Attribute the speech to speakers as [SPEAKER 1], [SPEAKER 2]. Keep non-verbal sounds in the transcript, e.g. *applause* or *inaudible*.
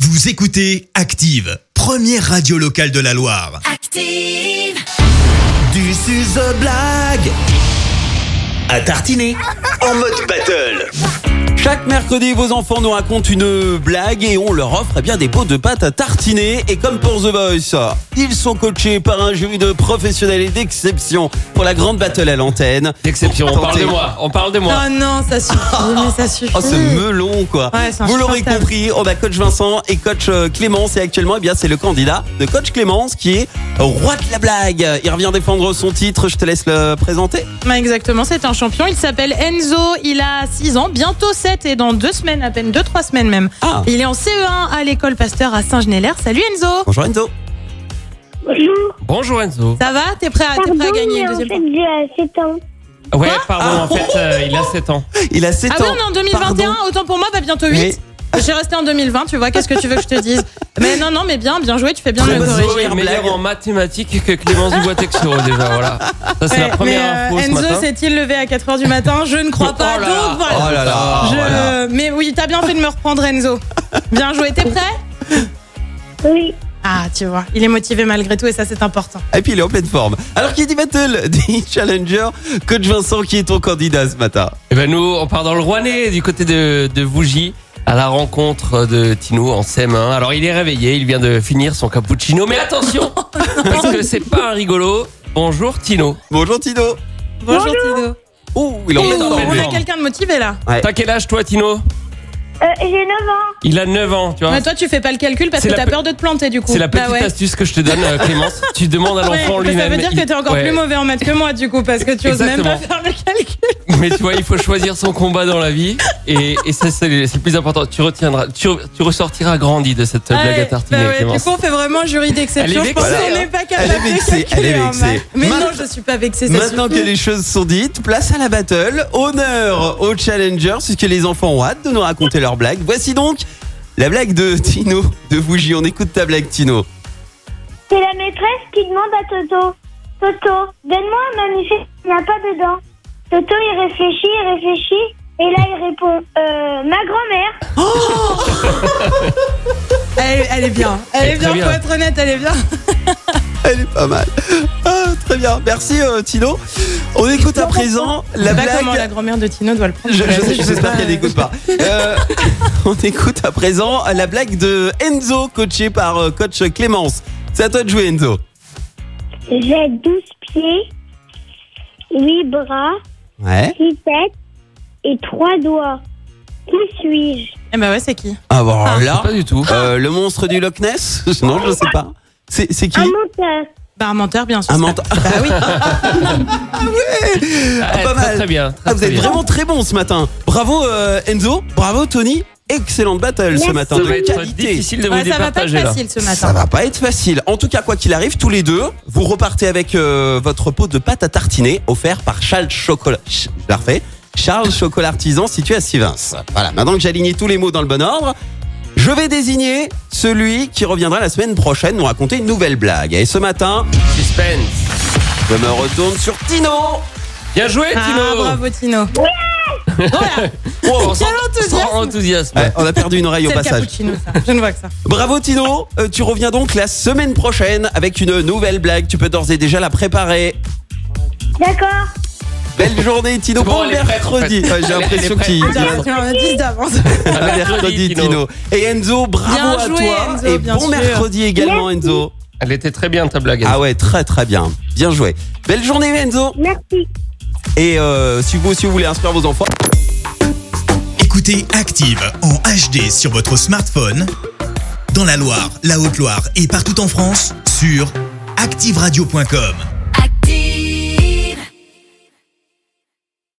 [SPEAKER 1] Vous écoutez Active, première radio locale de la Loire.
[SPEAKER 2] Active.
[SPEAKER 3] Du suze blague à tartiner en mode battle.
[SPEAKER 4] Chaque mercredi, vos enfants nous racontent une blague et on leur offre eh bien des pots de pâte à tartiner. Et comme pour The Voice, ils sont coachés par un jury de professionnels et d'exception pour la grande battle à l'antenne.
[SPEAKER 5] D'exception, on parle de moi, on parle de moi.
[SPEAKER 2] Oh non, ça suffit, mais ça suffit.
[SPEAKER 4] Oh, ce melon, quoi.
[SPEAKER 2] Mmh. Ouais, c'est
[SPEAKER 4] Vous l'aurez
[SPEAKER 2] insupportable.
[SPEAKER 4] compris, on a coach Vincent et coach euh, Clémence. Et actuellement, eh bien, c'est le candidat de coach Clémence qui est roi de la blague. Il revient défendre son titre. Je te laisse le présenter.
[SPEAKER 2] Bah, exactement, c'est un champion. Il s'appelle Enzo. Il a 6 ans, bientôt 7 et dans 2 semaines, à peine 2-3 semaines même.
[SPEAKER 4] Ah.
[SPEAKER 2] Il est en CE1 à l'école Pasteur à Saint-Genélaire. Salut Enzo.
[SPEAKER 4] Bonjour Enzo.
[SPEAKER 5] Bonjour Enzo.
[SPEAKER 2] Ça va T'es prêt, à- t'es
[SPEAKER 6] Pardon,
[SPEAKER 2] prêt à gagner
[SPEAKER 6] mais
[SPEAKER 2] une
[SPEAKER 6] en fait,
[SPEAKER 2] deuxième fois
[SPEAKER 6] j'ai euh, sept ans.
[SPEAKER 5] Ouais, pardon,
[SPEAKER 4] Ah.
[SPEAKER 5] en fait, euh, il a 7 ans.
[SPEAKER 4] Il a 7
[SPEAKER 2] Ah
[SPEAKER 4] ans.
[SPEAKER 2] oui, on est en 2021,
[SPEAKER 4] Pardon.
[SPEAKER 2] autant pour moi, va bientôt 8.
[SPEAKER 4] Oui.
[SPEAKER 2] Je suis restée en 2020, tu vois, qu'est-ce que tu veux que je te dise Mais non, non, mais bien, bien joué, tu fais bien de
[SPEAKER 4] Très
[SPEAKER 2] le
[SPEAKER 4] bonne
[SPEAKER 2] corriger.
[SPEAKER 5] Enzo est meilleur
[SPEAKER 4] blague.
[SPEAKER 5] en mathématiques que Clémence Dubois-Texoro déjà, voilà. Ça, c'est la
[SPEAKER 2] Ouais,
[SPEAKER 5] première
[SPEAKER 2] mais, euh,
[SPEAKER 5] info ce
[SPEAKER 2] Enzo
[SPEAKER 5] matin.
[SPEAKER 2] s'est-il levé à 4h du matin Je ne crois pas.
[SPEAKER 5] Oh là
[SPEAKER 2] donc
[SPEAKER 5] là.
[SPEAKER 2] voilà.
[SPEAKER 4] Oh là là,
[SPEAKER 5] Ah,
[SPEAKER 2] Je-
[SPEAKER 4] voilà.
[SPEAKER 2] Mais oui, t'as bien fait de me reprendre, Enzo. Bien joué, t'es prêt
[SPEAKER 6] Oui.
[SPEAKER 2] Ah, tu vois, il est motivé malgré tout et ça, c'est important.
[SPEAKER 4] Et puis il est en pleine forme. Alors qui dit battle *laughs* dit challenger. Coach Vincent qui est ton candidat ce matin.
[SPEAKER 5] Eh ben nous, on part dans le Rouennais, du côté de, de Vougy, à la rencontre de Tino en CM1. Alors il est réveillé, il vient de finir son cappuccino, mais attention, parce que c'est pas un rigolo. Bonjour Tino.
[SPEAKER 4] Bonjour Tino.
[SPEAKER 2] Bonjour, Tido.
[SPEAKER 4] Oh, il est en
[SPEAKER 2] Et
[SPEAKER 4] pleine
[SPEAKER 5] dans
[SPEAKER 2] on
[SPEAKER 5] la
[SPEAKER 4] forme.
[SPEAKER 5] belle
[SPEAKER 2] on a
[SPEAKER 5] forme.
[SPEAKER 2] quelqu'un de motivé là.
[SPEAKER 5] T'as quel âge toi Tino
[SPEAKER 6] Euh, j'ai 9 ans.
[SPEAKER 5] Il a 9 ans, tu vois.
[SPEAKER 2] Mais toi, tu fais pas le calcul parce
[SPEAKER 5] Hein C'est
[SPEAKER 2] que
[SPEAKER 5] la
[SPEAKER 2] t'as
[SPEAKER 5] pe-
[SPEAKER 2] peur de te planter du coup.
[SPEAKER 5] C'est la petite
[SPEAKER 2] Bah ouais.
[SPEAKER 5] astuce que je te donne, euh, Clémence. Tu demandes à
[SPEAKER 2] Ouais,
[SPEAKER 5] l'enfant
[SPEAKER 2] mais
[SPEAKER 5] lui-même.
[SPEAKER 2] ça veut dire que
[SPEAKER 5] Il-
[SPEAKER 2] t'es encore
[SPEAKER 5] Ouais. *laughs*
[SPEAKER 2] plus mauvais en maths que moi du coup parce que tu oses même pas faire le calcul.
[SPEAKER 5] Mais tu vois, il faut choisir son combat dans la vie. Et, et ça, c'est le c'est le plus important. Tu retiendras, tu, tu ressortiras grandi de cette
[SPEAKER 2] Ouais,
[SPEAKER 5] blague à tartiner,
[SPEAKER 2] bah ouais, du
[SPEAKER 5] Clémence.
[SPEAKER 2] coup, on fait vraiment jury d'exception.
[SPEAKER 5] Elle est
[SPEAKER 2] Je pense
[SPEAKER 5] vexée,
[SPEAKER 2] qu'on
[SPEAKER 5] hein.
[SPEAKER 2] n'est pas
[SPEAKER 4] Elle est
[SPEAKER 2] capable de
[SPEAKER 4] vexée, elle est
[SPEAKER 2] calculer en
[SPEAKER 4] vexée.
[SPEAKER 2] maths. Mais
[SPEAKER 4] Maintenant-
[SPEAKER 2] non, je suis pas vexée. ça
[SPEAKER 4] Maintenant que
[SPEAKER 2] suffit.
[SPEAKER 4] les choses sont dites, place à la battle. Honneur aux challengers puisque les enfants ont hâte de nous raconter leurs blagues. Voici donc la blague de Tino de Bougie. On écoute ta blague Tino.
[SPEAKER 6] C'est la maîtresse qui demande à Toto. Toto, donne-moi un mammifère qui n'a pas de dents. Toto, il réfléchit, il réfléchit. Et là, il répond euh, Ma grand-mère.
[SPEAKER 2] Elle, elle est bien. Elle
[SPEAKER 5] Elle est
[SPEAKER 2] est
[SPEAKER 5] très
[SPEAKER 2] bien,
[SPEAKER 5] bien.
[SPEAKER 2] pour être honnête, elle est bien.
[SPEAKER 4] Elle est pas mal. Ah, très bien. Merci euh, Tino. On écoute à présent la
[SPEAKER 2] Bah,
[SPEAKER 4] blague
[SPEAKER 2] comment la grand-mère de Tino doit le prendre.
[SPEAKER 4] Je, je,
[SPEAKER 2] sais
[SPEAKER 4] j'espère
[SPEAKER 2] pas.
[SPEAKER 4] qu'elle n'écoute pas. Euh, *laughs* on écoute à présent la blague de Enzo, coaché par euh, coach Clémence. C'est à toi de jouer, Enzo.
[SPEAKER 6] J'ai 12 pieds, 8 bras,
[SPEAKER 4] Ouais.
[SPEAKER 6] 6 têtes et 3 doigts. Qui suis-je
[SPEAKER 2] Eh bah ouais, c'est qui
[SPEAKER 4] Ah bon, alors
[SPEAKER 5] Je sais
[SPEAKER 4] là,
[SPEAKER 5] Pas du tout.
[SPEAKER 4] euh, le monstre du Loch Ness *laughs* Non, je sais pas. C'est c'est qui
[SPEAKER 6] Un menteur.
[SPEAKER 2] Bah un menteur, bien sûr.
[SPEAKER 4] Un mentor.
[SPEAKER 2] Bah
[SPEAKER 4] *laughs*
[SPEAKER 2] oui.
[SPEAKER 5] Ah,
[SPEAKER 4] pas
[SPEAKER 5] très,
[SPEAKER 4] mal.
[SPEAKER 5] très bien. très,
[SPEAKER 4] Ah, vous
[SPEAKER 5] très
[SPEAKER 4] êtes
[SPEAKER 5] bien.
[SPEAKER 4] vraiment très bon ce matin. Bravo euh, Enzo, bravo Tony. Excellente battle ce
[SPEAKER 6] Merci.
[SPEAKER 4] matin
[SPEAKER 5] Ça
[SPEAKER 4] de
[SPEAKER 5] va être
[SPEAKER 4] qualité.
[SPEAKER 5] difficile de vous
[SPEAKER 2] Ouais, ça va pas être
[SPEAKER 5] départager là.
[SPEAKER 2] facile ce
[SPEAKER 4] Ça
[SPEAKER 2] matin.
[SPEAKER 4] va pas être facile. En tout cas, quoi qu'il arrive, tous les deux, vous repartez avec euh, votre pot de pâte à tartiner offert par Charles Chocolat. Ch- Je la refais. Charles Chocolat Artisan situé à Sivins. Voilà, maintenant que j'ai aligné tous les mots dans le bon ordre, je vais désigner celui qui reviendra la semaine prochaine nous raconter une nouvelle blague. Et ce matin,
[SPEAKER 5] Suspense.
[SPEAKER 4] je me retourne sur Tino.
[SPEAKER 5] Bien joué, Tino. Oh,
[SPEAKER 2] Ah, bravo Tino. Voilà,
[SPEAKER 5] Wow, sans,
[SPEAKER 2] Quel enthousiasme.
[SPEAKER 5] sans enthousiasme.
[SPEAKER 4] Ouais, on a perdu une oreille au
[SPEAKER 2] c'est le
[SPEAKER 4] passage.
[SPEAKER 2] cappuccino ça. Je ne vois que ça.
[SPEAKER 4] Bravo Tino, Euh, tu reviens donc la semaine prochaine avec une nouvelle blague. Tu peux d'ores et déjà la préparer.
[SPEAKER 6] D'accord.
[SPEAKER 4] Belle journée Tino,
[SPEAKER 5] C'est bon,
[SPEAKER 4] bon,
[SPEAKER 5] elle est prête, en
[SPEAKER 4] mercredi.
[SPEAKER 5] fait.
[SPEAKER 4] Ouais, J'ai
[SPEAKER 5] Elle est
[SPEAKER 4] l'impression
[SPEAKER 5] prête. Ah,
[SPEAKER 4] qu'il...
[SPEAKER 2] Tu as- tu as un 10 d'avance.
[SPEAKER 4] Bon
[SPEAKER 5] À
[SPEAKER 4] mercredi, Tino. Et Enzo, bravo
[SPEAKER 2] Bien
[SPEAKER 4] à
[SPEAKER 2] joué,
[SPEAKER 4] toi.
[SPEAKER 2] Enzo,
[SPEAKER 4] et
[SPEAKER 2] bien
[SPEAKER 4] bon
[SPEAKER 2] sûr.
[SPEAKER 4] mercredi également, Enzo.
[SPEAKER 5] Elle était très bien ta blague.
[SPEAKER 4] Ah ouais, très très bien. Bien joué. Belle journée, Enzo.
[SPEAKER 6] Merci.
[SPEAKER 4] Et euh, si vous aussi vous voulez inspirer vos enfants.
[SPEAKER 1] Écoutez Active en HD sur votre smartphone, dans la Loire, la Haute-Loire et partout en France, sur activeradio.com.